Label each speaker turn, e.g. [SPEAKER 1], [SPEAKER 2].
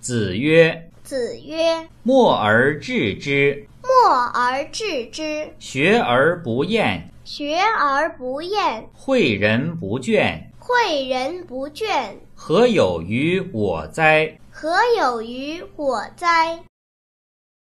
[SPEAKER 1] 子曰
[SPEAKER 2] 子曰：“
[SPEAKER 1] 默而致之，：“
[SPEAKER 2] 默而致之，
[SPEAKER 1] 学而不厌，
[SPEAKER 2] 学而不厌，
[SPEAKER 1] 诲人不倦，
[SPEAKER 2] 诲人不倦，
[SPEAKER 1] 何有于我哉？”
[SPEAKER 2] 何有于我哉？”